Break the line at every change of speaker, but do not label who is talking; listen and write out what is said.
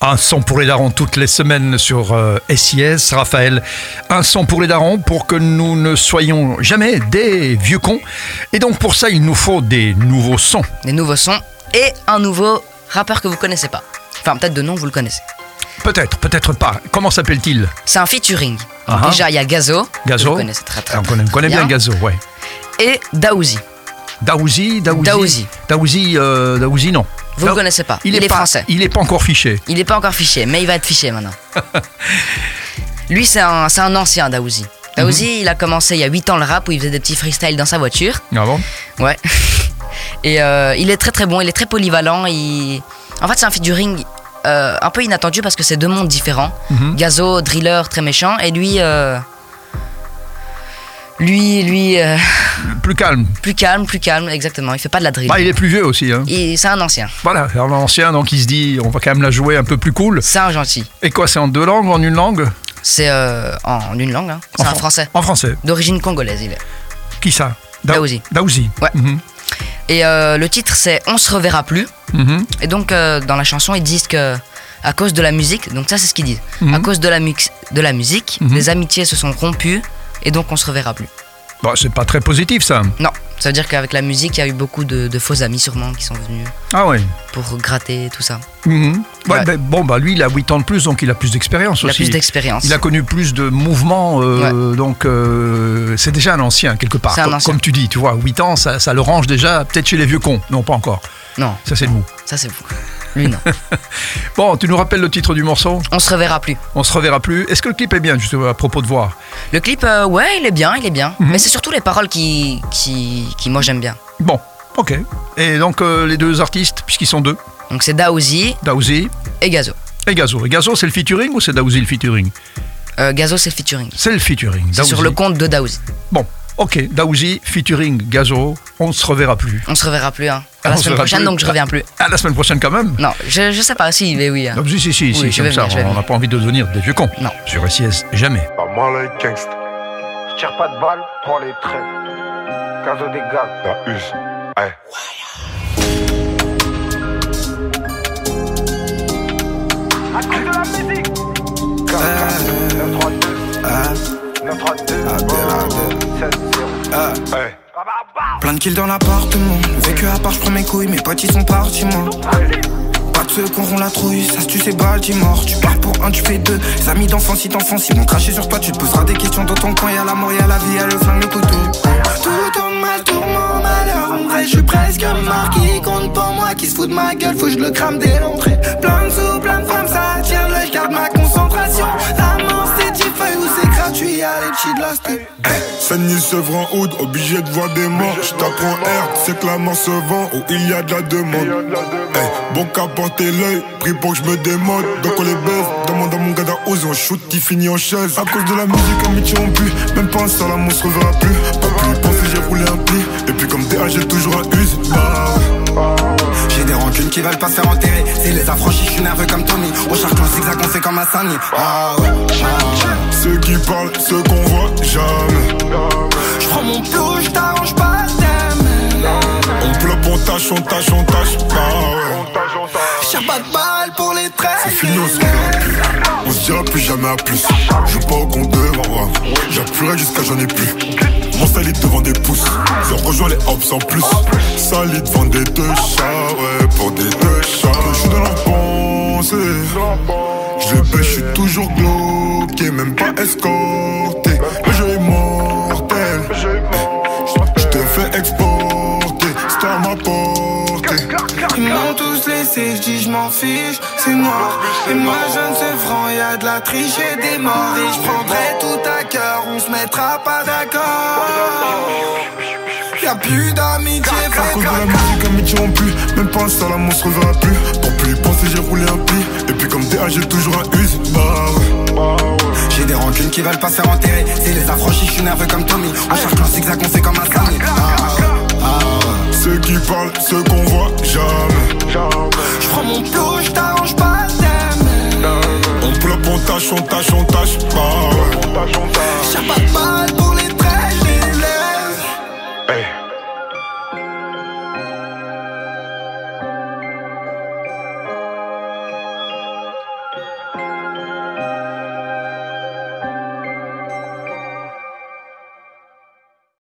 Un son pour les darons toutes les semaines sur euh, SIS. Raphaël, un son pour les darons pour que nous ne soyons jamais des vieux cons. Et donc pour ça, il nous faut des nouveaux sons.
des nouveaux sons et un nouveau rappeur que vous connaissez pas. Enfin, peut-être de nom, vous le connaissez.
Peut-être, peut-être pas. Comment s'appelle-t-il
C'est un featuring. Donc
Ah ah.
Déjà, il y a Gazo. que
Gazo.
Vous connaissez très très,
Ah, On
très,
connaît,
très
connaît bien,
bien.
Gazo, ouais.
Et Daouzi.
Daouzi, Daouzi.
Daouzi.
Daouzi, euh, Daouzi, non.
Vous
Daou-
le connaissez pas.
Il, est pas,
français.
Il n'est pas encore fiché.
Il n'est pas encore fiché, mais il va être fiché maintenant. Lui, c'est un, c'est un ancien Daouzi. Daouzi,
Mhm.
il a commencé il y a 8 ans le rap où il faisait des petits freestyles dans sa voiture.
Ah bon
Ouais. Et euh, il est très très bon, il est très polyvalent. Il... En fait, c'est un featuring euh, un peu inattendu parce que c'est deux mondes différents.
Mhm.
Gazo, driller, très méchant. Et lui. euh, Lui, lui, euh,
Plus calme.
plus calme, plus calme, exactement. Il fait pas de la drill.
Bah, il est plus vieux aussi. Hein.
Et c'est un ancien,
Voilà, un ancien, donc il se dit, on va quand même la jouer un peu plus cool.
c'est un gentil.
Et quoi, c'est en deux langues, en une langue
C'est euh, en une langue, hein. c'est
En
un
fran-
français.
En français.
D'origine congolaise, il est.
Qui ça Da-
Daouzi.
Daouzi.
Ouais.
Mhm,
Et euh, le titre, c'est On se reverra plus.
mhm.
Et donc, euh, dans la chanson, ils disent que, à cause de la musique, donc ça, c'est ce qu'ils disent.
Mhm.
À cause de la, mix- de la musique,
Mhm.
les amitiés se sont rompues et donc on se reverra plus.
Bon, Bah, c'est pas très positif ça.
Non, ça veut dire qu'avec la musique, il y a eu beaucoup de, de faux amis, sûrement, qui sont venus
Ah ouais.
pour gratter et tout ça.
Mhm. Ouais,
Ouais.
ben, bon, bah lui, il a 8 ans de plus, donc il a plus d'expérience
Il a
aussi.
plus d'expérience.
Il a connu plus de mouvements, euh, donc euh, c'est déjà un ancien quelque part.
C'est un
Comme-
ancien.
Comme tu dis, tu vois, 8 ans, ça, ça le range déjà, peut-être chez les vieux cons. Non, pas encore.
Non,
Ça, c'est nous.
ça, c'est vous. Lui, non.
Bon, tu nous rappelles le titre du morceau
on se reverra plus.
On se reverra plus. Est-ce que le clip est bien, justement, à propos de voir
Le clip, euh, ouais, il est bien, il est bien.
Mhm.
Mais c'est surtout les paroles qui, qui, qui moi, j'aime bien.
Bon, ok. Et donc, euh, les deux artistes, puisqu'ils sont deux,
Donc c'est Daouzi
Daouzi
et Gazo.
et Gazo. Et Gazo, c'est le featuring ou c'est Daouzi le featuring
Euh, Gazo, c'est le featuring.
C'est le featuring.
C'est
Daouzi.
sur le compte de Daouzi.
Bon, ok. Daouzi, featuring Gazo, on se reverra plus.
On se reverra plus, hein.
Ah,
À
on
la
se
semaine
reverra
prochaine,
plus.
donc je reviens plus.
À la semaine prochaine, quand même.
Non, je, je sais pas si, mais oui. hein.
Donc, si, si, si, si,
Oui, je
comme
vais
ça,
venir, je vais
on n'a
venir.
pas envie de devenir des vieux cons.
Non.
Sur SIS, jamais.
Pas mal les gangsters.
Je tire pas de balle, prends les traits. Caso des gars.
La us. Aïe.
À cause de la musique. 932.
Ah,
932. 7-0.
Aïe.
Bah, bah, bah.
Plein de kills dans l'appartement. Vécu à part, je prends mes couilles, mes potes ils sont partis, moi. Pas de ceux qu'on rompt la trouille, ça se tue, c'est Baltimore. Tu pars pour un, tu fais deux. Les amis d'enfance, ils t'enfoncent, ils vont cracher sur toi. Tu te poseras des questions dans ton coin. Y'a la mort, y'a la vie, y'a le flingue, le couteau. Tout tourne mal, tourne mon malheur. En vrai, je suis presque mort. Qui compte pour moi, qui se fout de ma gueule, faut que je le crame dès l'entrée. Plein de sous, plein de femmes, ça attire le, je garde ma concentration. La mort, c'est 10 feuilles ou c'est gratuit, y'a les petits de la sté.
Seigneur Sèvres en août, obligé de voir des morts. Je t'apprends R, c'est que la mort se vend où il y a de la demande. Eh, bon qu'à porter l'œil, pris pour que je me démode. Donc on les baise, demande à mon gars d'Aouz, on shoot, il finit en chaise. À cause de la musique, amitié on pue. Même pas un sale amour se reverra plus. Pas plus pensé, j'ai roulé un pli. Et puis comme DA, j'ai toujours un use. Ah.
J'ai des rancunes qui veulent pas se faire enterrer. C'est les affranchis, je suis nerveux comme Tommy. Au charge en zigzag, on fait comme à Sani. Ah ouais,
Ceux qui parlent, ceux qu'on voit jamais.
Je prends mon plus, je t'arrange pas, t'aimes.
On pleure, on tâche, on tâche, on tâche. Ah ouais.
J'ai pas de balle pour les traits.
C'est fini, on se verra plus. On se dira plus jamais à plus. Je veux pas au compte de voir. J'appuierai jusqu'à j'en ai plus. Mon salide devant des pouces. Je rejoins les hops en plus. Salide devant des deux chats, ouais, pour des deux chats. Je suis dans leur pensée. Je le pêche, je suis toujours glauque. Même pas escorté. Le jeu est mortel. Je te fais exporter. C'est à ma portée.
Ils m'ont tous laissé, je dis je m'en fiche, c'est noir. Et moi je ne sais franc, y'a de la triche et des morts. Et je prendrai tout à cœur, on se mettra pas d'accord. Y'a plus d'amitié,
À
frère.
cause de la musique, amitié on pue. Même pas un sale amour se reverra plus. Pour plus y penser, j'ai roulé un pli. Et puis comme DA, j'ai toujours un use. Bah ouais.
J'ai des rancunes qui veulent pas se faire enterrer. C'est les affranchis, je suis nerveux comme Tommy. On cherche en zigzag, on fait comme un Sani. ah,
Ceux qui parlent, ceux qu'on voit jamais.
Je prends mon plou, je t'arrange pas, t'aimes.
On pleure, on tâche, on tâche, on tâche. Bah ouais.
J'ai pas de balle pour